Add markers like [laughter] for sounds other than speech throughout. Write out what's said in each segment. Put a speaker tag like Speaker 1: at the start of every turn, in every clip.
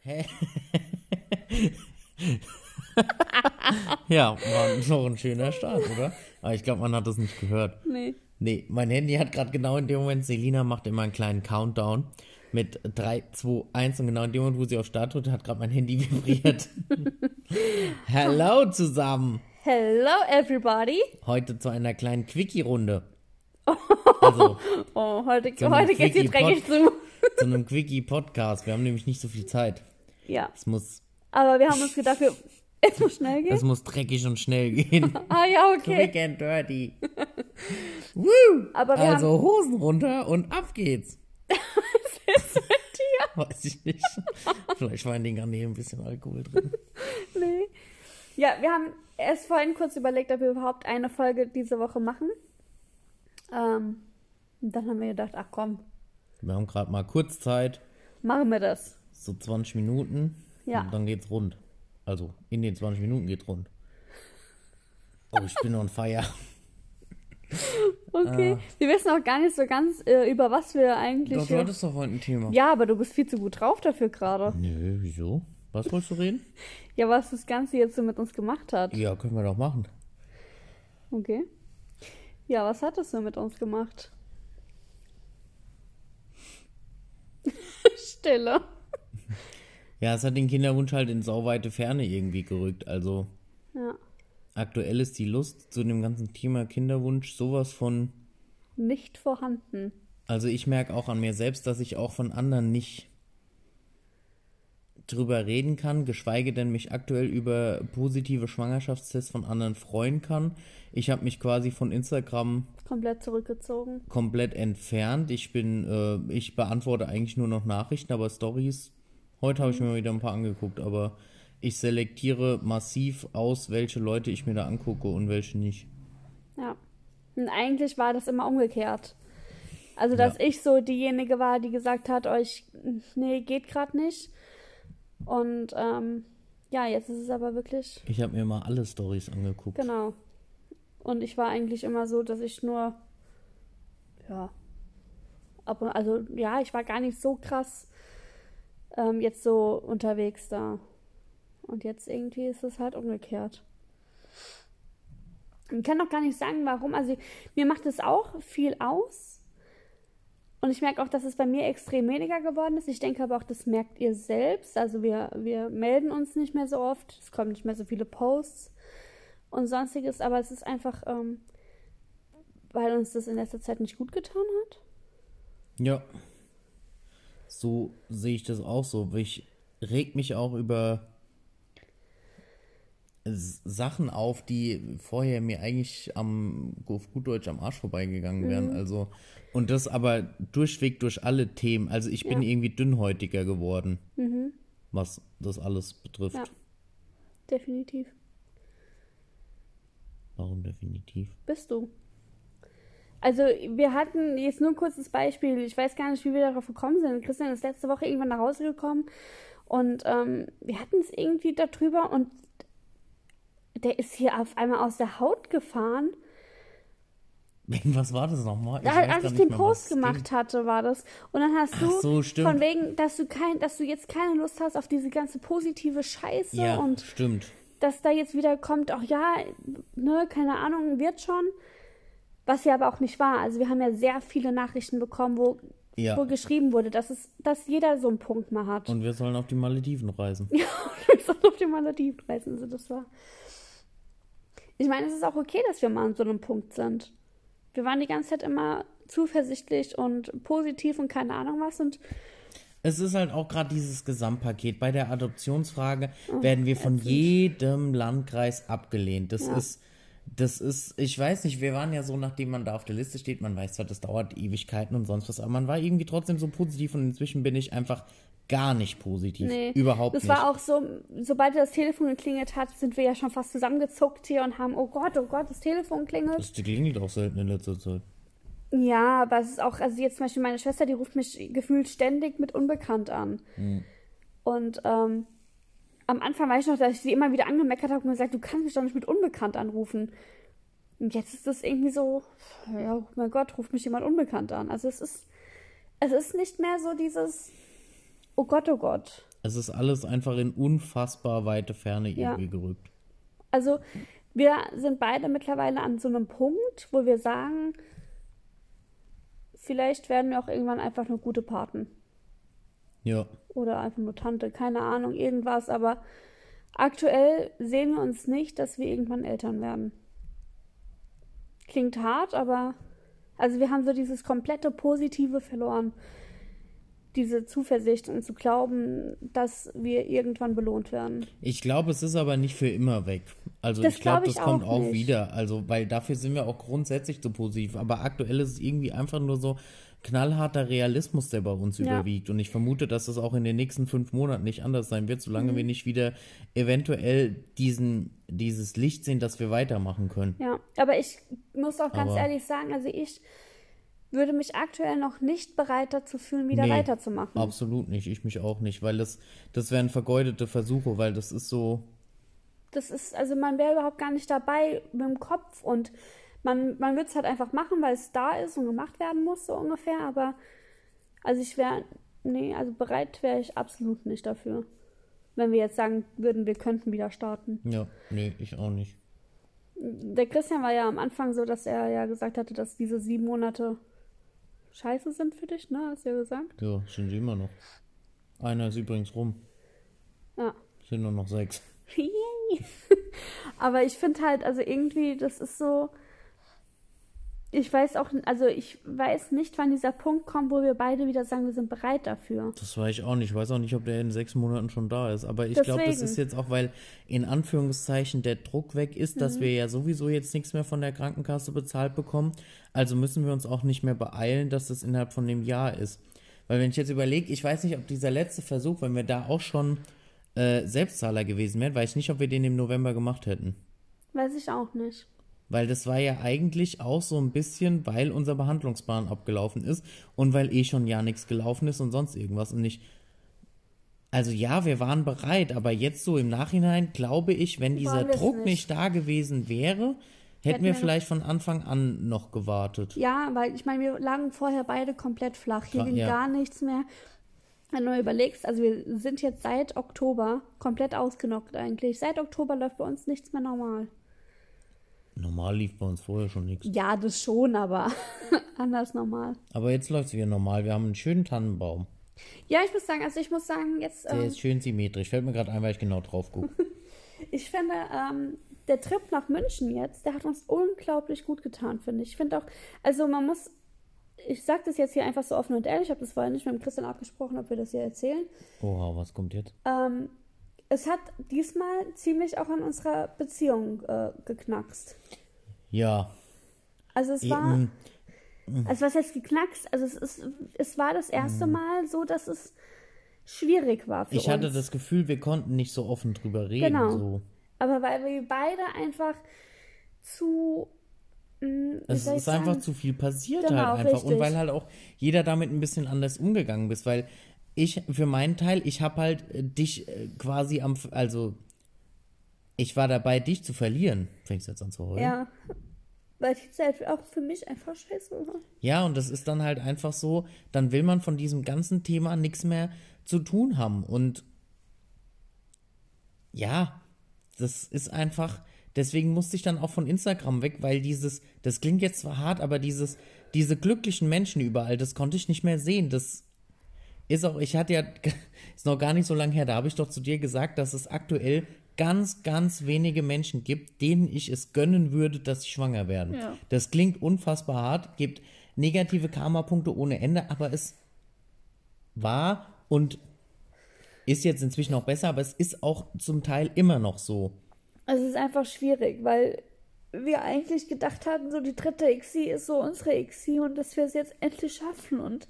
Speaker 1: Hä? ja, war [laughs] noch ein schöner Start, oder? Aber ich glaube, man hat das nicht gehört.
Speaker 2: Nee.
Speaker 1: Nee, mein Handy hat gerade genau in dem Moment, Selina macht immer einen kleinen Countdown mit 3, 2, 1 und genau in dem Moment, wo sie auf Start tut, hat gerade mein Handy [laughs] vibriert. Hello zusammen!
Speaker 2: Hello everybody.
Speaker 1: Heute zu einer kleinen Quickie-Runde. Also,
Speaker 2: Oh, heute,
Speaker 1: So ein
Speaker 2: heute geht's hier
Speaker 1: freaky
Speaker 2: dreckig zu.
Speaker 1: zu einem Quickie-Podcast. Wir haben nämlich nicht so viel Zeit.
Speaker 2: [laughs] Ja.
Speaker 1: Es muss,
Speaker 2: Aber wir haben uns gedacht, wir, [laughs] es muss schnell gehen.
Speaker 1: es muss dreckig und schnell gehen.
Speaker 2: Ah ja, [laughs] okay.
Speaker 1: Quick and
Speaker 2: [laughs]
Speaker 1: dirty. Woo!
Speaker 2: Aber wir
Speaker 1: also Hosen runter und ab geht's. Was ist mit dir? [laughs] Weiß ich nicht. Vielleicht war in den Garnelen ein bisschen Alkohol drin.
Speaker 2: Nee. Ja, wir haben erst vorhin kurz überlegt, ob wir überhaupt eine Folge diese Woche machen. Ähm, und dann haben wir gedacht, ach komm,
Speaker 1: Wir haben gerade mal kurz Zeit,
Speaker 2: machen wir das.
Speaker 1: so 20 Minuten.
Speaker 2: Ja.
Speaker 1: Und dann geht's rund. Also in den 20 Minuten geht's rund. Oh, ich bin on fire.
Speaker 2: Okay. Wir wissen auch gar nicht so ganz, äh, über was wir eigentlich.
Speaker 1: Ah. Doch, du hattest doch heute ein Thema.
Speaker 2: ja, aber du bist viel zu gut drauf dafür gerade.
Speaker 1: Nö, wieso? Was wolltest du reden?
Speaker 2: Ja, was das Ganze jetzt so mit uns gemacht hat.
Speaker 1: Ja, können wir doch machen.
Speaker 2: Okay. Ja, was hat das so mit uns gemacht? [laughs] Stille.
Speaker 1: Ja, es hat den Kinderwunsch halt in sauweite Ferne irgendwie gerückt. Also
Speaker 2: Ja.
Speaker 1: aktuell ist die Lust zu dem ganzen Thema Kinderwunsch sowas von.
Speaker 2: Nicht vorhanden.
Speaker 1: Also ich merke auch an mir selbst, dass ich auch von anderen nicht drüber reden kann, geschweige denn mich aktuell über positive Schwangerschaftstests von anderen freuen kann. Ich habe mich quasi von Instagram
Speaker 2: Komplett zurückgezogen.
Speaker 1: komplett entfernt. Ich bin, äh, ich beantworte eigentlich nur noch Nachrichten, aber Stories. Heute habe ich mir wieder ein paar angeguckt, aber ich selektiere massiv aus, welche Leute ich mir da angucke und welche nicht.
Speaker 2: Ja. Und eigentlich war das immer umgekehrt. Also, dass ich so diejenige war, die gesagt hat, euch, nee, geht gerade nicht. Und ähm, ja, jetzt ist es aber wirklich,
Speaker 1: Ich habe mir mal alle Stories angeguckt.
Speaker 2: genau. Und ich war eigentlich immer so, dass ich nur, ja, aber, also, ja, ich war gar nicht so krass ähm, jetzt so unterwegs da. Und jetzt irgendwie ist es halt umgekehrt. Ich kann noch gar nicht sagen, warum. Also mir macht es auch viel aus. Und ich merke auch, dass es bei mir extrem weniger geworden ist. Ich denke aber auch, das merkt ihr selbst. Also wir, wir melden uns nicht mehr so oft. Es kommen nicht mehr so viele Posts und sonstiges. Aber es ist einfach, ähm, weil uns das in letzter Zeit nicht gut getan hat.
Speaker 1: Ja. So sehe ich das auch so. Ich reg mich auch über S- Sachen auf, die vorher mir eigentlich am auf gut Deutsch am Arsch vorbeigegangen
Speaker 2: Mhm.
Speaker 1: wären. Also und das aber durchweg durch alle Themen. Also ich bin irgendwie dünnhäutiger geworden, was das alles betrifft.
Speaker 2: Mhm. Ja. Definitiv.
Speaker 1: Warum definitiv? [laughs]
Speaker 2: Bist du? Also, wir hatten jetzt nur ein kurzes Beispiel. Ich weiß gar nicht, wie wir darauf gekommen sind. Christian ist letzte Woche irgendwann nach Hause gekommen und ähm, wir hatten es irgendwie darüber und der ist hier auf einmal aus der Haut gefahren.
Speaker 1: Was war das nochmal?
Speaker 2: Da,
Speaker 1: weiß
Speaker 2: als
Speaker 1: gar
Speaker 2: ich
Speaker 1: nicht
Speaker 2: den
Speaker 1: mehr,
Speaker 2: Post
Speaker 1: was es
Speaker 2: gemacht hatte, war das. Und dann hast du
Speaker 1: Ach so, stimmt.
Speaker 2: von wegen, dass du kein, dass du jetzt keine Lust hast auf diese ganze positive Scheiße
Speaker 1: ging. Ja,
Speaker 2: und
Speaker 1: stimmt.
Speaker 2: dass da jetzt wieder kommt, auch ja, ne, keine Ahnung, wird schon. Was ja aber auch nicht war. Also wir haben ja sehr viele Nachrichten bekommen, wo,
Speaker 1: Ja.
Speaker 2: wo geschrieben wurde, dass, es, dass jeder so einen Punkt mal hat. [laughs]
Speaker 1: Und wir sollen auf die Malediven reisen.
Speaker 2: Wir sind auf den Malediven, weißen Sie, das war. Ich meine, es ist auch okay, dass wir mal an so einem Punkt sind. Wir waren die ganze Zeit immer zuversichtlich und positiv und keine Ahnung was und
Speaker 1: Es ist halt auch gerade dieses Gesamtpaket. Bei der Adoptionsfrage
Speaker 2: Oh,
Speaker 1: werden wir von jedem Landkreis abgelehnt. Das ist, das ist, ich weiß nicht, wir waren ja so, nachdem man da auf der Liste steht, man weiß zwar, das dauert Ewigkeiten und sonst was, aber man war irgendwie trotzdem so positiv und inzwischen bin ich einfach gar nicht positiv.
Speaker 2: Nee,
Speaker 1: Überhaupt
Speaker 2: das
Speaker 1: nicht.
Speaker 2: war auch so, sobald das Telefon geklingelt hat, sind wir ja schon fast zusammengezuckt hier und haben, oh Gott, oh Gott, das Telefon klingelt.
Speaker 1: das klingelt auch selten in letzter Zeit.
Speaker 2: Ja, aber es ist auch, also jetzt zum Beispiel meine Schwester, die ruft mich gefühlt ständig mit Unbekannt an. Und ähm, am Anfang weiß ich noch, dass ich sie immer wieder angemeckert habe und gesagt, du kannst mich doch nicht mit Unbekannt anrufen. Und jetzt ist das irgendwie so, ja, oh mein Gott, ruft mich jemand Unbekannt an. Also es ist, es ist nicht mehr so dieses, oh Gott, oh Gott.
Speaker 1: Es ist alles einfach in unfassbar weite Ferne
Speaker 2: Ja.
Speaker 1: irgendwie gerückt.
Speaker 2: Also wir sind beide mittlerweile an so einem Punkt, wo wir sagen, vielleicht werden wir auch irgendwann einfach nur gute Paten
Speaker 1: Ja.
Speaker 2: oder einfach nur Tante, keine Ahnung, irgendwas, aber aktuell sehen wir uns nicht, dass wir irgendwann Eltern werden. Klingt hart, aber also wir haben so dieses komplette Positive verloren. Diese Zuversicht und zu glauben, dass wir irgendwann belohnt werden.
Speaker 1: Ich glaube, es ist aber nicht für immer weg. Also
Speaker 2: Das
Speaker 1: ich glaube,
Speaker 2: glaub ich
Speaker 1: das kommt
Speaker 2: auch
Speaker 1: auch
Speaker 2: nicht.
Speaker 1: wieder. Also, weil dafür sind wir auch grundsätzlich so positiv. Aber aktuell ist es irgendwie einfach nur so knallharter Realismus, der bei uns
Speaker 2: Ja.
Speaker 1: überwiegt. Und ich vermute, dass das auch in den nächsten fünf Monaten nicht anders sein wird, solange
Speaker 2: Mhm.
Speaker 1: wir nicht wieder eventuell diesen, dieses Licht sehen, dass wir weitermachen können.
Speaker 2: Ja, aber ich muss auch ganz
Speaker 1: Aber-
Speaker 2: ehrlich sagen, also ich würde mich aktuell noch nicht bereit dazu fühlen, wieder
Speaker 1: Nee,
Speaker 2: weiterzumachen.
Speaker 1: Absolut nicht. Ich mich auch nicht, weil das, das wären vergeudete Versuche, weil das ist so.
Speaker 2: Das ist, also man wäre überhaupt gar nicht dabei mit dem Kopf und man, man würde es halt einfach machen, weil es da ist und gemacht werden muss, so ungefähr, aber also ich wäre, nee, also bereit wäre ich absolut nicht dafür. Wenn wir jetzt sagen würden, wir könnten wieder starten.
Speaker 1: Ja, nee, ich auch nicht.
Speaker 2: Der Christian war ja am Anfang so, dass er ja gesagt hatte, dass diese sieben Monate scheiße sind für dich, ne? Hast du ja gesagt.
Speaker 1: Ja, sind sie immer noch. Einer ist übrigens rum.
Speaker 2: Ja.
Speaker 1: Sind nur noch sechs.
Speaker 2: Yay. [laughs] Aber ich finde halt, also irgendwie, das ist so. Ich weiß auch, also ich weiß nicht, wann dieser Punkt kommt, wo wir beide wieder sagen, wir sind bereit dafür.
Speaker 1: Das weiß ich auch nicht. Ich weiß auch nicht, ob der in sechs Monaten schon da ist. Aber ich glaube, das
Speaker 2: Deswegen.
Speaker 1: ist jetzt auch, weil in Anführungszeichen der Druck weg ist, dass wir ja sowieso jetzt nichts mehr von der Krankenkasse bezahlt bekommen. Also müssen wir uns auch nicht mehr beeilen, dass das innerhalb von dem Jahr ist. Weil wenn ich jetzt überlege, ich weiß nicht, ob dieser letzte Versuch, wenn wir da auch schon äh, Selbstzahler gewesen wären, weiß ich nicht, ob wir den im November gemacht hätten.
Speaker 2: Weiß ich auch nicht.
Speaker 1: Weil das war ja eigentlich auch so ein bisschen, weil unser Behandlungsplan abgelaufen ist und weil eh schon ja nichts gelaufen ist und sonst irgendwas und nicht. Also ja, wir waren bereit, aber jetzt so im Nachhinein glaube ich, wenn dieser
Speaker 2: Waren wir's
Speaker 1: Druck
Speaker 2: nicht.
Speaker 1: nicht. da gewesen wäre, hätten,
Speaker 2: Hätten wir
Speaker 1: wir
Speaker 2: noch-
Speaker 1: vielleicht von Anfang an noch gewartet.
Speaker 2: Ja, weil ich meine, wir lagen vorher beide komplett flach. Hier
Speaker 1: Ja,
Speaker 2: ging
Speaker 1: ja.
Speaker 2: gar nichts mehr. Wenn du überlegst, also wir sind jetzt seit Oktober komplett ausgenockt eigentlich. Seit Oktober läuft bei uns nichts mehr normal.
Speaker 1: Normal lief bei uns vorher schon nichts.
Speaker 2: Ja, das schon, aber [laughs] anders normal.
Speaker 1: Aber jetzt läuft es wieder normal. Wir haben einen schönen Tannenbaum.
Speaker 2: Ja, ich muss sagen, also ich muss sagen, jetzt.
Speaker 1: Der
Speaker 2: ähm,
Speaker 1: ist schön symmetrisch. Fällt mir gerade ein, weil ich genau drauf
Speaker 2: [laughs]
Speaker 1: gucke.
Speaker 2: Ich finde, ähm, der Trip nach München jetzt, der hat uns unglaublich gut getan, finde ich. Ich finde auch, also man muss, ich sage das jetzt hier einfach so offen und ehrlich, ich habe das vorher nicht mit dem Christian abgesprochen, ob wir das hier erzählen.
Speaker 1: Oha, was kommt jetzt?
Speaker 2: Ähm, es hat diesmal ziemlich auch an unserer Beziehung äh, geknackst.
Speaker 1: Ja.
Speaker 2: Also es war,
Speaker 1: Eben.
Speaker 2: also was heißt geknackst? Also es ist, es war das erste Mal so, dass es schwierig war für
Speaker 1: Mhm. Ich hatte
Speaker 2: uns.
Speaker 1: das Gefühl, wir konnten nicht so offen drüber reden.
Speaker 2: Genau.
Speaker 1: So.
Speaker 2: Aber weil wir beide einfach zu, mh, wie
Speaker 1: Es
Speaker 2: soll ich
Speaker 1: ist einfach
Speaker 2: sagen?
Speaker 1: zu viel passiert
Speaker 2: Genau,
Speaker 1: halt einfach.
Speaker 2: richtig.
Speaker 1: Und weil halt auch jeder damit ein bisschen anders umgegangen ist, weil ich für meinen Teil, ich habe halt äh, dich äh, quasi am, F- also ich war dabei, dich zu verlieren. Fängst du jetzt an zu heulen?
Speaker 2: Ja. Weil die Zeit auch für mich einfach scheiße war.
Speaker 1: Ja, und das ist dann halt einfach so, dann will man von diesem ganzen Thema nichts mehr zu tun haben. Und ja, das ist einfach, deswegen musste ich dann auch von Instagram weg, weil dieses, das klingt jetzt zwar hart, aber dieses, diese glücklichen Menschen überall, das konnte ich nicht mehr sehen. Das ist auch, ich hatte ja, [laughs] ist noch gar nicht so lange her, da habe ich doch zu dir gesagt, dass es aktuell ganz, ganz wenige Menschen gibt, denen ich es gönnen würde, dass sie schwanger werden.
Speaker 2: Ja.
Speaker 1: Das klingt unfassbar hart, gibt negative Karma-Punkte ohne Ende, aber es war und ist jetzt inzwischen auch besser, aber es ist auch zum Teil immer noch so.
Speaker 2: Also es ist einfach schwierig, weil wir eigentlich gedacht hatten, so die dritte XI ist so unsere XI und dass wir es jetzt endlich schaffen. Und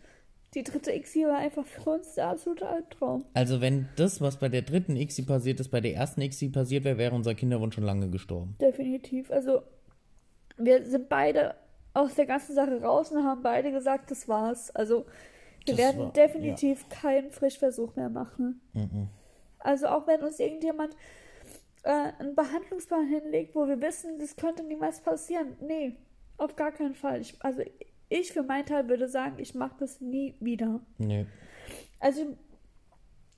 Speaker 2: die dritte XI war einfach für uns der absolute Albtraum.
Speaker 1: Also wenn das, was bei der dritten ICSI passiert ist, bei der ersten ICSI passiert wäre, wäre unser Kinderwunsch schon lange gestorben.
Speaker 2: Definitiv. Also wir sind beide aus der ganzen Sache raus und haben beide gesagt, das war's. Also wir
Speaker 1: Das
Speaker 2: werden
Speaker 1: war- Mhm.
Speaker 2: definitiv keinen Frischversuch mehr machen. Also auch wenn uns irgendjemand äh, einen Behandlungsplan hinlegt, wo wir wissen, das könnte niemals passieren. Nee, auf gar keinen Fall. Ich, also ich für meinen Teil würde sagen, ich mache das nie wieder.
Speaker 1: Nee.
Speaker 2: Also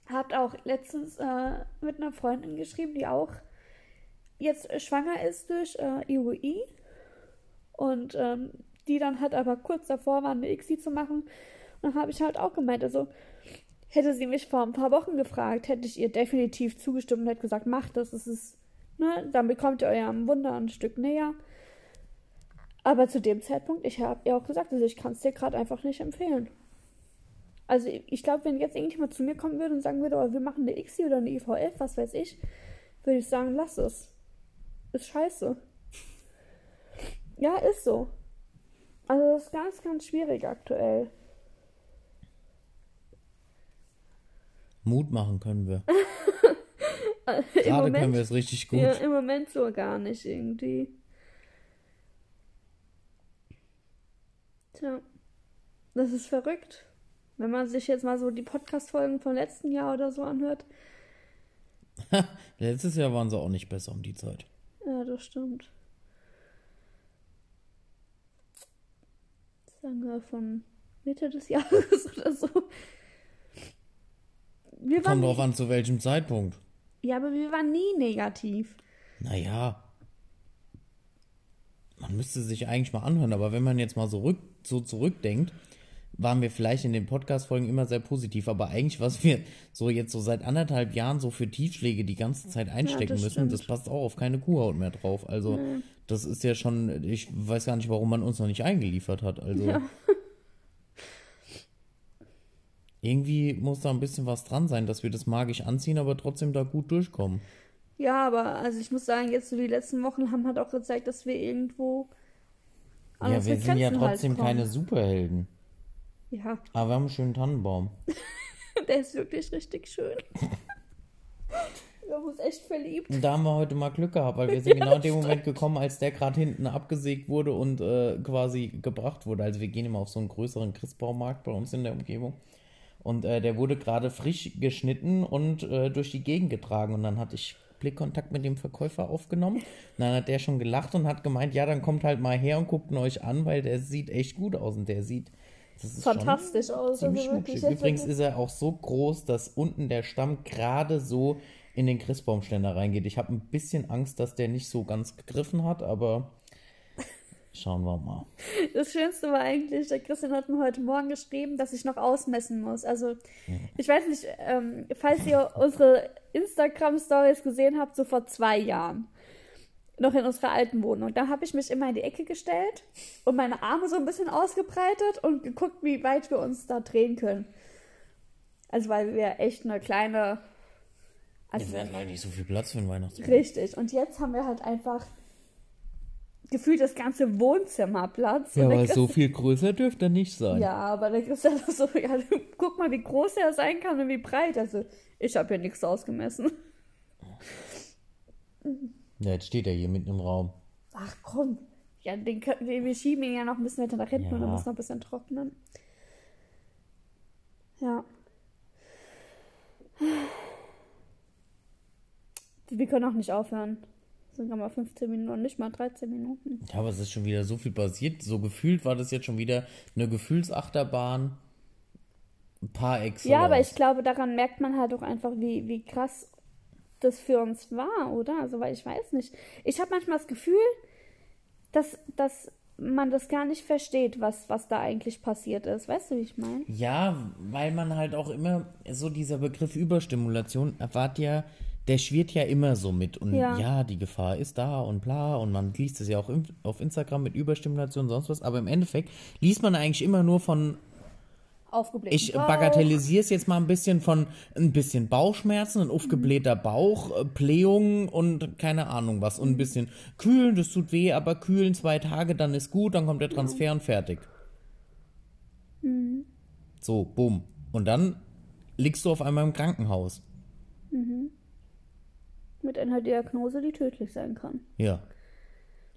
Speaker 2: Habt auch letztens äh, mit einer Freundin geschrieben, die auch jetzt schwanger ist durch äh, IUI und ähm, die dann halt aber kurz davor war, eine ICSI zu machen. Und habe ich halt auch gemeint, also hätte sie mich vor ein paar Wochen gefragt, hätte ich ihr definitiv zugestimmt und hätte gesagt, macht das, es ist, ne, damit kommt ihr eurem Wunder ein Stück näher. Aber zu dem Zeitpunkt, ich habe ihr auch gesagt, also ich kann es dir gerade einfach nicht empfehlen. Also ich glaube, wenn jetzt irgendjemand zu mir kommen würde und sagen würde, oh, wir machen eine ICSI oder eine IVF, was weiß ich, würde ich sagen, lass es. Ist scheiße. Ja, ist so. Also das ist ganz, ganz schwierig aktuell. [laughs]
Speaker 1: Mut machen können wir.
Speaker 2: [laughs] Im
Speaker 1: Gerade
Speaker 2: Moment-
Speaker 1: können wir es richtig gut.
Speaker 2: Ja, im Moment so gar nicht irgendwie. Tja, das ist verrückt. Wenn man sich jetzt mal so die Podcast-Folgen vom letzten Jahr oder so anhört.
Speaker 1: Letztes Jahr waren sie auch nicht besser um die Zeit.
Speaker 2: Ja, das stimmt. Sagen wir von Mitte des Jahres [laughs] oder so. Wir waren
Speaker 1: Kommt drauf
Speaker 2: nie,
Speaker 1: an, zu welchem Zeitpunkt.
Speaker 2: ja, aber wir waren nie negativ.
Speaker 1: Naja. Man müsste sich eigentlich mal anhören, aber wenn man jetzt mal so, rück, so zurückdenkt, waren wir vielleicht in den Podcast-Folgen immer sehr positiv, aber eigentlich, was wir so jetzt so seit anderthalb Jahren so für Tiefschläge die ganze Zeit einstecken
Speaker 2: das
Speaker 1: müssen,
Speaker 2: stimmt.
Speaker 1: das passt auch auf keine Kuhhaut mehr drauf. Also, das ist ja schon, ich weiß gar nicht, warum man uns noch nicht eingeliefert hat. Also,
Speaker 2: Ja.
Speaker 1: [laughs] irgendwie muss da ein bisschen was dran sein, dass wir das magisch anziehen, aber trotzdem da gut durchkommen.
Speaker 2: Ja, aber also ich muss sagen, jetzt so die letzten Wochen haben halt auch gezeigt, dass wir irgendwo an
Speaker 1: ja,
Speaker 2: unsere
Speaker 1: wir sind ja
Speaker 2: Grenzen halt
Speaker 1: trotzdem
Speaker 2: kommen.
Speaker 1: keine Superhelden.
Speaker 2: Ja, [laughs]
Speaker 1: Aber wir haben einen schönen Tannenbaum.
Speaker 2: der ist wirklich
Speaker 1: [laughs]
Speaker 2: richtig schön. Man muss echt verliebt.
Speaker 1: Und da haben wir heute mal Glück gehabt, weil wir sind genau
Speaker 2: [laughs]
Speaker 1: in dem Moment gekommen, als der gerade hinten abgesägt wurde und äh, quasi gebracht wurde. Also wir gehen immer auf so einen größeren Christbaumarkt bei uns in der Umgebung. Und äh, der wurde gerade frisch geschnitten und äh, durch die Gegend getragen. Und dann hatte ich Blickkontakt mit dem Verkäufer aufgenommen. Und dann hat der schon gelacht und hat gemeint, ja, dann kommt halt mal her und guckt ihn euch an, weil der sieht echt gut aus. Und der sieht, das ist schon
Speaker 2: Fantastisch aus.
Speaker 1: Ziemlich
Speaker 2: also
Speaker 1: schmuckschön.
Speaker 2: wirklich, jetzt, wenn
Speaker 1: Übrigens ist er auch so groß, dass unten der Stamm gerade so in den Christbaumständer reingeht. Ich habe ein bisschen Angst, dass der nicht so ganz gegriffen hat, aber schauen wir mal.
Speaker 2: Das Schönste war eigentlich, der Christian hat mir heute Morgen geschrieben, dass ich noch ausmessen muss. Also, ich weiß nicht, ähm, falls ihr unsere Instagram-Stories gesehen habt, so vor zwei Jahren, noch in unserer alten Wohnung, da habe ich mich immer in die Ecke gestellt und meine Arme so ein bisschen ausgebreitet und geguckt, wie weit wir uns da drehen können. Also, weil wir echt eine kleine.
Speaker 1: Wir
Speaker 2: Also,
Speaker 1: werden halt nicht so viel Platz für den Weihnachtsbaum.
Speaker 2: richtig. Und jetzt haben wir halt einfach gefühlt das ganze Wohnzimmer Platz.
Speaker 1: Ja,
Speaker 2: Und der
Speaker 1: aber so viel größer dürfte er nicht sein.
Speaker 2: ja, aber dann ist das so, ja, du- guck mal, wie groß er sein kann und wie breit. Also, ich habe hier nichts ausgemessen.
Speaker 1: Ja, jetzt steht er hier mitten im Raum.
Speaker 2: Ach komm. Ja, den können, wir, wir schieben ihn ja noch ein bisschen weiter nach hinten und dann
Speaker 1: Ja.
Speaker 2: muss noch ein bisschen trocknen. Ja. Wir können auch nicht aufhören. Sind mal 15 Minuten, nicht mal 13 Minuten.
Speaker 1: Ja, aber es ist schon wieder so viel passiert. So gefühlt war das jetzt schon wieder eine Gefühlsachterbahn. Ein paar Excellence.
Speaker 2: Ja, aber ich glaube, daran merkt man halt auch einfach, wie, wie krass das für uns war, oder? Also, weil ich weiß nicht. Ich habe manchmal das Gefühl, dass, dass man das gar nicht versteht, was, was da eigentlich passiert ist. Weißt du, wie ich meine?
Speaker 1: Ja, weil man halt auch immer, so dieser Begriff Überstimulation erfahrt ja, der schwirrt ja immer so mit. Und
Speaker 2: Ja.
Speaker 1: ja, die Gefahr ist da und bla. Und man liest es ja auch im, auf Instagram mit Überstimulation und sonst was. Aber im Endeffekt liest man eigentlich immer nur von,
Speaker 2: Aufgebläht.
Speaker 1: ich bagatellisiere es jetzt mal ein bisschen, von ein bisschen Bauchschmerzen, ein aufgeblähter Bauch, äh, Blähungen und keine Ahnung was. Und ein bisschen kühlen, das tut weh, aber kühlen zwei Tage, dann ist gut, dann kommt der Transfer und fertig. So, bumm. Und dann liegst du auf einmal im Krankenhaus.
Speaker 2: Mit einer Diagnose, die tödlich sein kann.
Speaker 1: Ja.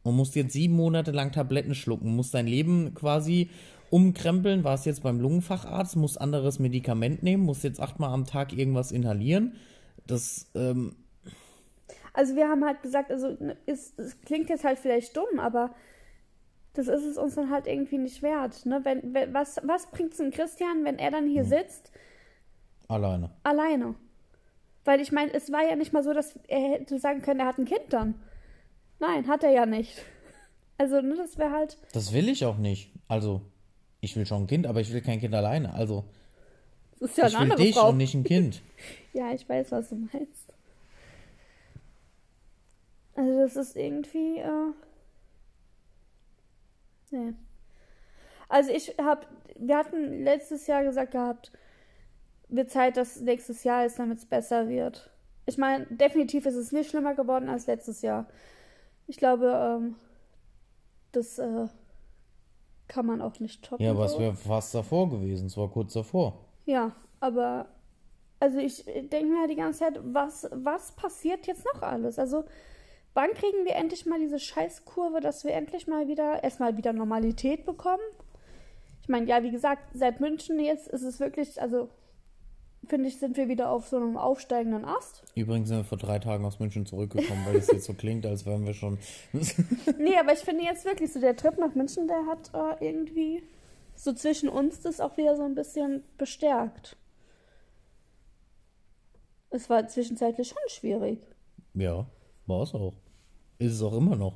Speaker 1: Und musst jetzt sieben Monate lang Tabletten schlucken, musst dein Leben quasi umkrempeln, warst jetzt beim Lungenfacharzt, musst anderes Medikament nehmen, musst jetzt achtmal am Tag irgendwas inhalieren. Das, ähm,
Speaker 2: Also, wir haben halt gesagt, also, ne, es, es klingt jetzt halt vielleicht dumm, aber. Das ist es uns dann halt irgendwie nicht wert. Ne? Wenn, wenn, was was bringt es dem Christian, wenn er dann hier sitzt
Speaker 1: alleine.
Speaker 2: alleine. Weil ich meine, es war ja nicht mal so, dass er hätte sagen können, er hat ein Kind dann. Nein, hat er ja nicht. Also, ne, das wäre halt.
Speaker 1: Das will ich auch nicht. Also, ich will schon ein Kind, aber ich will kein Kind alleine. Also,
Speaker 2: Das ist ja
Speaker 1: ich
Speaker 2: eine
Speaker 1: will
Speaker 2: andere
Speaker 1: dich
Speaker 2: Frau.
Speaker 1: und nicht ein Kind.
Speaker 2: Ja, ich weiß, was du meinst. Also das ist irgendwie. Äh... Nee. Also ich hab. Wir hatten letztes Jahr gesagt gehabt, wird Zeit, dass nächstes Jahr ist, damit es besser wird. Ich meine, definitiv ist es nicht schlimmer geworden als letztes Jahr. Ich glaube, ähm, das äh, kann man auch nicht toppen.
Speaker 1: Ja, aber es
Speaker 2: so. [laughs]
Speaker 1: wäre fast davor gewesen. Es war kurz davor.
Speaker 2: Ja, aber also ich denke mir halt die ganze Zeit, was, was passiert jetzt noch alles? Also, wann kriegen wir endlich mal diese Scheißkurve, dass wir endlich mal wieder erstmal wieder Normalität bekommen? Ich meine, ja, wie gesagt, seit München jetzt ist es wirklich, also finde ich, sind wir wieder auf so einem aufsteigenden Ast.
Speaker 1: Übrigens sind wir vor drei Tagen aus München zurückgekommen, weil es jetzt so klingt, als wären wir schon.
Speaker 2: Nee, aber ich finde jetzt wirklich so, der Trip nach München, der hat äh, irgendwie so zwischen uns das auch wieder so ein bisschen bestärkt. Es war zwischenzeitlich schon schwierig.
Speaker 1: ja, war es auch. Ist es auch immer noch.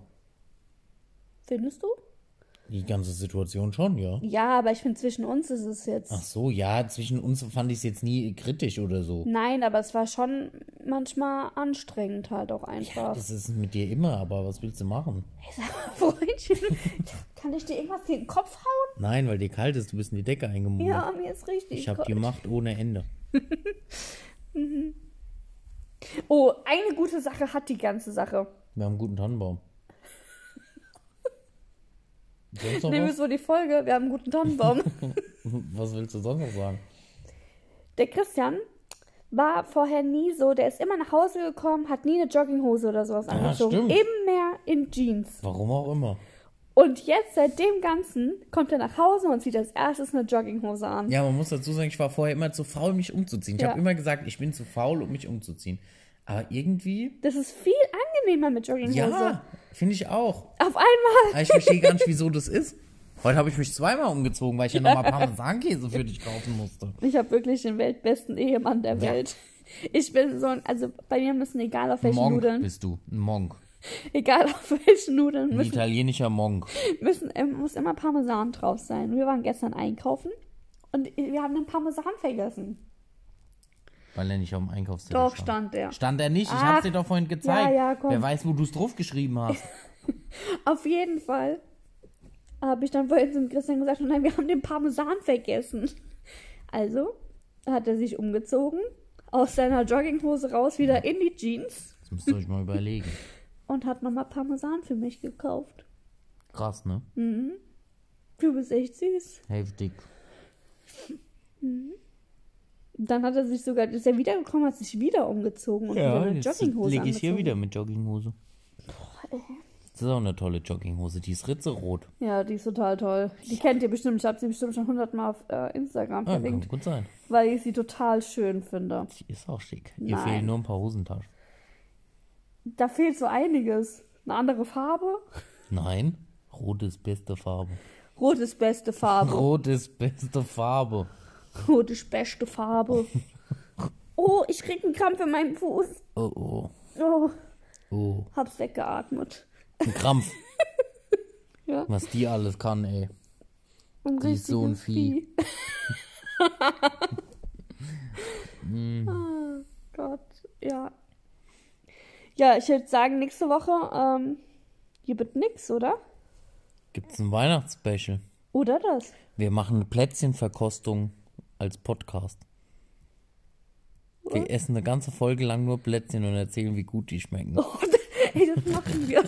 Speaker 2: Findest du?
Speaker 1: Die ganze Situation schon, ja.
Speaker 2: Ja, aber ich finde, zwischen uns ist es jetzt.
Speaker 1: Ach so, ja, zwischen uns fand ich es jetzt nie kritisch oder so.
Speaker 2: Nein, aber es war schon manchmal anstrengend halt auch einfach.
Speaker 1: Das ist mit dir immer, aber was willst du machen?
Speaker 2: [laughs] Freundchen, kann ich dir irgendwas gegen den Kopf hauen?
Speaker 1: Nein, weil dir kalt ist, du bist in die Decke eingemummelt.
Speaker 2: Ja, oh mir ist richtig.
Speaker 1: ich habe
Speaker 2: kalt.
Speaker 1: die Macht ohne Ende.
Speaker 2: oh, eine gute Sache hat die ganze Sache.
Speaker 1: Wir haben einen guten
Speaker 2: [laughs]
Speaker 1: Tannenbaum. Sonst noch
Speaker 2: Nehmen wir
Speaker 1: was?
Speaker 2: so die Folge, wir haben einen guten Tannenbaum.
Speaker 1: was willst du sonst noch sagen?
Speaker 2: der Christian war vorher nie so, der ist immer nach Hause gekommen, hat nie eine Jogginghose oder sowas angezogen.
Speaker 1: stimmt.
Speaker 2: Immer in Jeans.
Speaker 1: Warum auch immer.
Speaker 2: Und jetzt, seit dem Ganzen, kommt er nach Hause und zieht als erstes eine Jogginghose an.
Speaker 1: Ja, man muss dazu sagen, ich war vorher immer zu faul, mich umzuziehen. Ich
Speaker 2: Ja.
Speaker 1: habe immer gesagt, ich bin zu faul, um mich umzuziehen. Aber irgendwie,
Speaker 2: Das ist viel angenehmer mit Jogginghose.
Speaker 1: ja, finde ich auch.
Speaker 2: Auf einmal.
Speaker 1: Aber ich verstehe gar nicht, wieso das ist. Heute habe ich mich zweimal umgezogen, weil ich ja
Speaker 2: [laughs]
Speaker 1: nochmal Parmesankäse für dich kaufen musste.
Speaker 2: Ich habe wirklich den weltbesten Ehemann der
Speaker 1: Ja.
Speaker 2: Welt. Ich bin so ein, also bei mir müssen egal auf welchen
Speaker 1: Monk
Speaker 2: Nudeln,
Speaker 1: bist du. Ein Monk.
Speaker 2: egal auf welchen Nudeln
Speaker 1: Ein
Speaker 2: müssen,
Speaker 1: italienischer Monk.
Speaker 2: müssen ähm, muss immer Parmesan drauf sein. Wir waren gestern einkaufen und wir haben den Parmesan vergessen.
Speaker 1: Weil er nicht auf dem Einkaufszettel
Speaker 2: Doch stand der.
Speaker 1: Stand er nicht? Ich
Speaker 2: Ach.
Speaker 1: hab's dir doch vorhin gezeigt.
Speaker 2: Ja, ja, komm.
Speaker 1: Wer weiß, wo du es draufgeschrieben hast.
Speaker 2: Auf jeden Fall habe ich dann vorhin zum Christian gesagt, oh nein, wir haben den Parmesan vergessen. Also hat er sich umgezogen, aus seiner Jogginghose raus wieder in die Jeans.
Speaker 1: Das müsst ihr euch mal überlegen.
Speaker 2: und hat nochmal Parmesan für mich gekauft. Mhm.
Speaker 1: Krass, ne?
Speaker 2: Du bist echt süß.
Speaker 1: Heftig.
Speaker 2: Dann hat er sich sogar, ist er wiedergekommen, hat sich wieder umgezogen und wieder eine Jogginghose
Speaker 1: lege ich hier
Speaker 2: angezogen.
Speaker 1: wieder mit Jogginghose. Das ist auch eine tolle Jogginghose. Die ist ritzeroht.
Speaker 2: Ja, die ist total toll. Die kennt ihr bestimmt. Ich habe sie bestimmt schon hundertmal auf äh, Instagram
Speaker 1: Ah, kann
Speaker 2: verlinkt,
Speaker 1: gut sein.
Speaker 2: weil ich sie total schön finde.
Speaker 1: Die ist auch schick. Ihr
Speaker 2: Nein.
Speaker 1: fehlen nur ein paar Hosentaschen.
Speaker 2: Da fehlt so einiges. Eine andere Farbe.
Speaker 1: Nein, rot ist beste Farbe.
Speaker 2: Rot ist beste
Speaker 1: [laughs]
Speaker 2: Farbe.
Speaker 1: Rot ist beste Farbe.
Speaker 2: Rot ist beste Farbe. Oh, ich krieg einen Krampf in meinem Fuß.
Speaker 1: Oh, oh,
Speaker 2: Oh,
Speaker 1: oh.
Speaker 2: hab's weggeatmet.
Speaker 1: Ein Krampf.
Speaker 2: [laughs] Ja.
Speaker 1: Was die alles kann, ey.
Speaker 2: Ein
Speaker 1: Die ist so ein
Speaker 2: richtiges Vieh.
Speaker 1: [laughs] Hm.
Speaker 2: oh Gott, ja. Ja, ich würde sagen, nächste Woche ähm, hier wird nix, oder?
Speaker 1: Gibt's ein Weihnachtsspecial?
Speaker 2: Oder
Speaker 1: [laughs]
Speaker 2: das?
Speaker 1: Wir machen eine Plätzchenverkostung als Podcast. Wir essen eine ganze Folge lang nur Plätzchen und erzählen, wie gut die schmecken.
Speaker 2: Oh. Ey, das machen wir.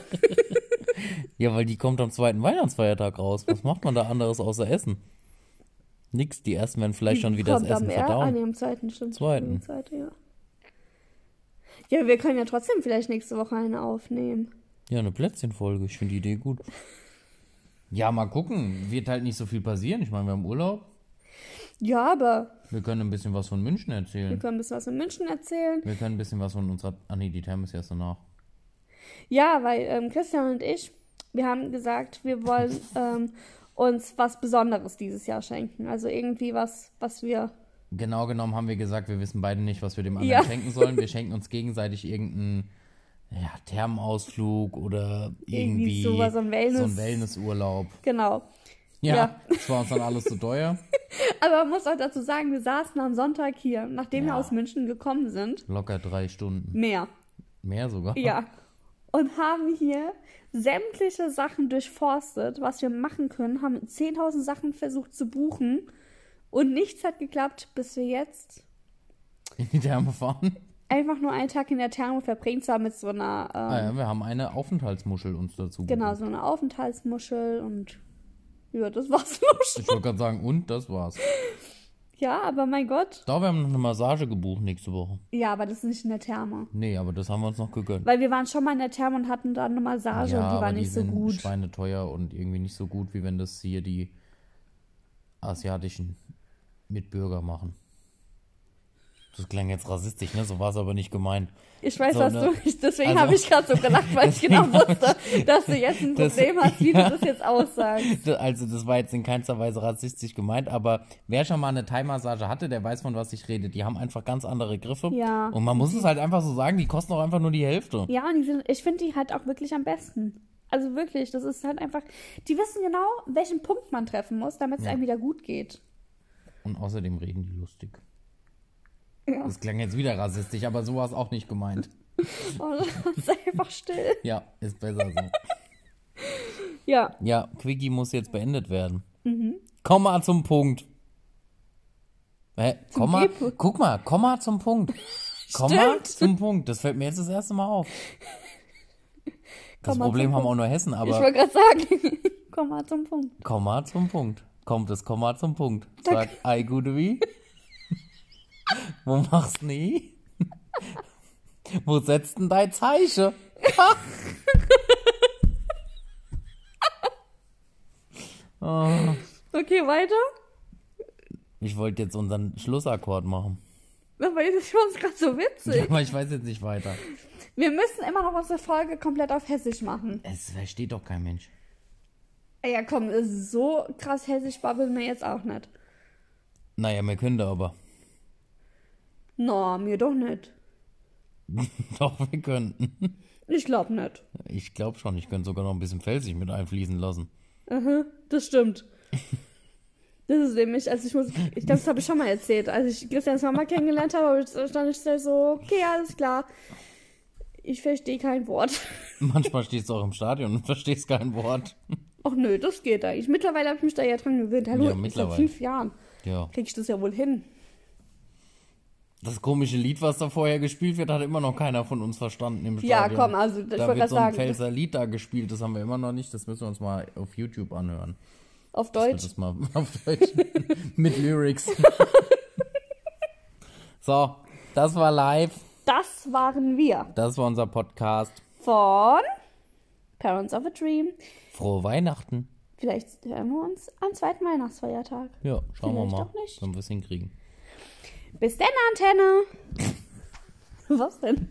Speaker 1: Ja, weil die kommt am zweiten Weihnachtsfeiertag raus. Was macht man da anderes außer Essen? Nix, die ersten werden vielleicht schon wieder das
Speaker 2: Kommt
Speaker 1: Essen
Speaker 2: am er also an
Speaker 1: verdauen.
Speaker 2: dem zweiten stimmt.
Speaker 1: Zweiten.
Speaker 2: Am Zweiten, ja. ja, wir können ja trotzdem vielleicht nächste Woche eine aufnehmen.
Speaker 1: Ja, eine Plätzchenfolge. Ich finde die Idee gut. Ja, mal gucken. Wird halt nicht so viel passieren. Ich meine, wir haben Urlaub.
Speaker 2: Ja, aber
Speaker 1: Wir können ein bisschen was von München
Speaker 2: wir
Speaker 1: erzählen.
Speaker 2: können ein bisschen was in München erzählen.
Speaker 1: Wir können ein bisschen was von unserer. Ah, nee, die Therme ist erst danach.
Speaker 2: Ja, weil ähm, Christian und ich, wir haben gesagt, wir wollen ähm, uns was Besonderes dieses Jahr schenken. Also irgendwie was, was wir
Speaker 1: genau genommen haben wir gesagt, wir wissen beide nicht, was wir dem anderen
Speaker 2: Ja.
Speaker 1: schenken sollen. Wir schenken uns gegenseitig irgendeinen ja, Thermenausflug oder irgendwie,
Speaker 2: Irgendwie sowas, so ein Wellness-
Speaker 1: so ein Wellnessurlaub.
Speaker 2: Genau.
Speaker 1: Ja,
Speaker 2: Ja.
Speaker 1: das war uns dann alles zu teuer.
Speaker 2: Aber man muss auch dazu sagen, wir saßen am Sonntag hier, nachdem wir
Speaker 1: Ja.
Speaker 2: aus München gekommen sind.
Speaker 1: Locker drei Stunden.
Speaker 2: Mehr.
Speaker 1: Mehr sogar.
Speaker 2: Ja. Und haben hier sämtliche Sachen durchforstet, was wir machen können, haben 10.000 Sachen versucht zu buchen und nichts hat geklappt, bis wir jetzt
Speaker 1: In die Therme fahren.
Speaker 2: einfach nur einen Tag in der Therme verbringt haben mit so einer, ähm,
Speaker 1: Ah, ja, wir haben eine Aufenthaltsmuschel uns dazu
Speaker 2: genau,
Speaker 1: gebucht.
Speaker 2: so einer Aufenthaltsmuschel und ja, das war's [laughs] los.
Speaker 1: Ich wollte gerade sagen, und das war's.
Speaker 2: Ja, aber mein Gott.
Speaker 1: Da wir haben noch eine Massage gebucht nächste Woche.
Speaker 2: Ja, aber das ist nicht in der Therme.
Speaker 1: Nee, aber das haben wir uns noch gegönnt.
Speaker 2: Weil wir waren schon mal in der Therme und hatten da eine Massage und die war nicht so
Speaker 1: sind
Speaker 2: gut.
Speaker 1: schweineteuer und irgendwie nicht so gut, wie wenn das hier die asiatischen Mitbürger machen. Das klang jetzt rassistisch, ne? So war es aber nicht gemeint. [laughs]
Speaker 2: Ich weiß,
Speaker 1: So,
Speaker 2: was
Speaker 1: ne?
Speaker 2: du deswegen
Speaker 1: Also-
Speaker 2: habe ich gerade so gelacht, weil
Speaker 1: [laughs]
Speaker 2: ich genau wusste, dass du jetzt ein
Speaker 1: Das-
Speaker 2: Problem
Speaker 1: [laughs]
Speaker 2: hast, wie du das jetzt aussagst.
Speaker 1: Also das war jetzt in keinster Weise rassistisch gemeint, aber wer schon mal eine Thai-Massage hatte, der weiß, von was ich rede. Die haben einfach ganz andere Griffe.
Speaker 2: Ja.
Speaker 1: Und man muss es halt einfach so sagen, die kosten auch einfach nur die Hälfte.
Speaker 2: Ja, und die sind, ich finde die halt auch wirklich am besten. Also wirklich, das ist halt einfach, die wissen genau, welchen Punkt man treffen muss, damit es
Speaker 1: Ja.
Speaker 2: einem wieder gut geht.
Speaker 1: Und außerdem reden die lustig.
Speaker 2: Ja.
Speaker 1: Das klang jetzt wieder rassistisch, aber so war es auch nicht gemeint.
Speaker 2: [laughs] Und sei einfach still.
Speaker 1: Ja, ist besser so.
Speaker 2: Ja,
Speaker 1: Ja, Quickie muss jetzt beendet werden.
Speaker 2: Mhm.
Speaker 1: Komm mal zum Punkt. Hä? komm mal,
Speaker 2: G-Punkt.
Speaker 1: guck mal, komm mal zum
Speaker 2: [laughs]
Speaker 1: Punkt. Komm mal zum Punkt. Das fällt mir jetzt das erste Mal auf. Das
Speaker 2: Komm mal
Speaker 1: Problem
Speaker 2: zum
Speaker 1: haben auch nur Hessen, aber
Speaker 2: ich wollte gerade sagen, [laughs] komm mal zum Punkt.
Speaker 1: komm mal zum Punkt. Kommt das Komma zum Punkt. Sag ei gute wie. Wo machst du i? Wo setzt denn dein [laughs] Zeichen?
Speaker 2: Okay, weiter.
Speaker 1: Oh. Ich wollte jetzt unseren Schlussakkord machen.
Speaker 2: Aber ich fand es gerade so witzig.
Speaker 1: Aber ich weiß jetzt nicht weiter.
Speaker 2: Wir müssen immer noch unsere Folge komplett auf Hessisch machen.
Speaker 1: Es versteht doch kein Mensch.
Speaker 2: Ey, Ja, komm, so krass Hessisch babbeln wir jetzt auch nicht.
Speaker 1: Naja, wir können da aber. [laughs]
Speaker 2: Na, mir doch nicht.
Speaker 1: Doch, wir könnten.
Speaker 2: Ich glaub nicht.
Speaker 1: Ich glaube schon, ich könnte sogar noch ein bisschen Felsig mit einfließen lassen. [laughs]
Speaker 2: Das stimmt. Das ist nämlich, also ich muss, ich glaube, das habe ich schon mal erzählt. Als ich Christians Mama kennengelernt habe, habe ich- stand ich da so, okay, alles klar. Ich verstehe kein Wort. [laughs]
Speaker 1: Manchmal stehst du auch im Stadion und verstehst kein Wort.
Speaker 2: Ach nö, das geht eigentlich. Mittlerweile habe ich mich da ja dran gewöhnt. Hallo,
Speaker 1: Ja,
Speaker 2: seit
Speaker 1: mittlerweile.
Speaker 2: fünf Jahren
Speaker 1: Ja.
Speaker 2: krieg ich das ja wohl hin.
Speaker 1: Das komische Lied, was da vorher gespielt wird, hat immer noch keiner von uns verstanden im
Speaker 2: Ja,
Speaker 1: Stadion.
Speaker 2: komm, also, ich
Speaker 1: da
Speaker 2: wollte
Speaker 1: wird
Speaker 2: grad
Speaker 1: so ein
Speaker 2: sagen.
Speaker 1: Pfälzer Lied da gespielt, das haben wir immer noch nicht. Das müssen wir uns mal auf YouTube anhören.
Speaker 2: Auf
Speaker 1: Ich will
Speaker 2: Deutsch.
Speaker 1: Das mal [laughs] auf Deutsch. mit
Speaker 2: [laughs]
Speaker 1: Lyrics. so, das war live.
Speaker 2: Das waren wir
Speaker 1: Das war unser Podcast.
Speaker 2: von Parents of a Dream.
Speaker 1: Frohe Weihnachten.
Speaker 2: Vielleicht hören wir uns am zweiten Weihnachtsfeiertag.
Speaker 1: Ja, schauen
Speaker 2: Vielleicht
Speaker 1: wir mal,
Speaker 2: auch nicht.
Speaker 1: wenn wir es hinkriegen. [laughs]
Speaker 2: Bis dann, Antenne. Was denn?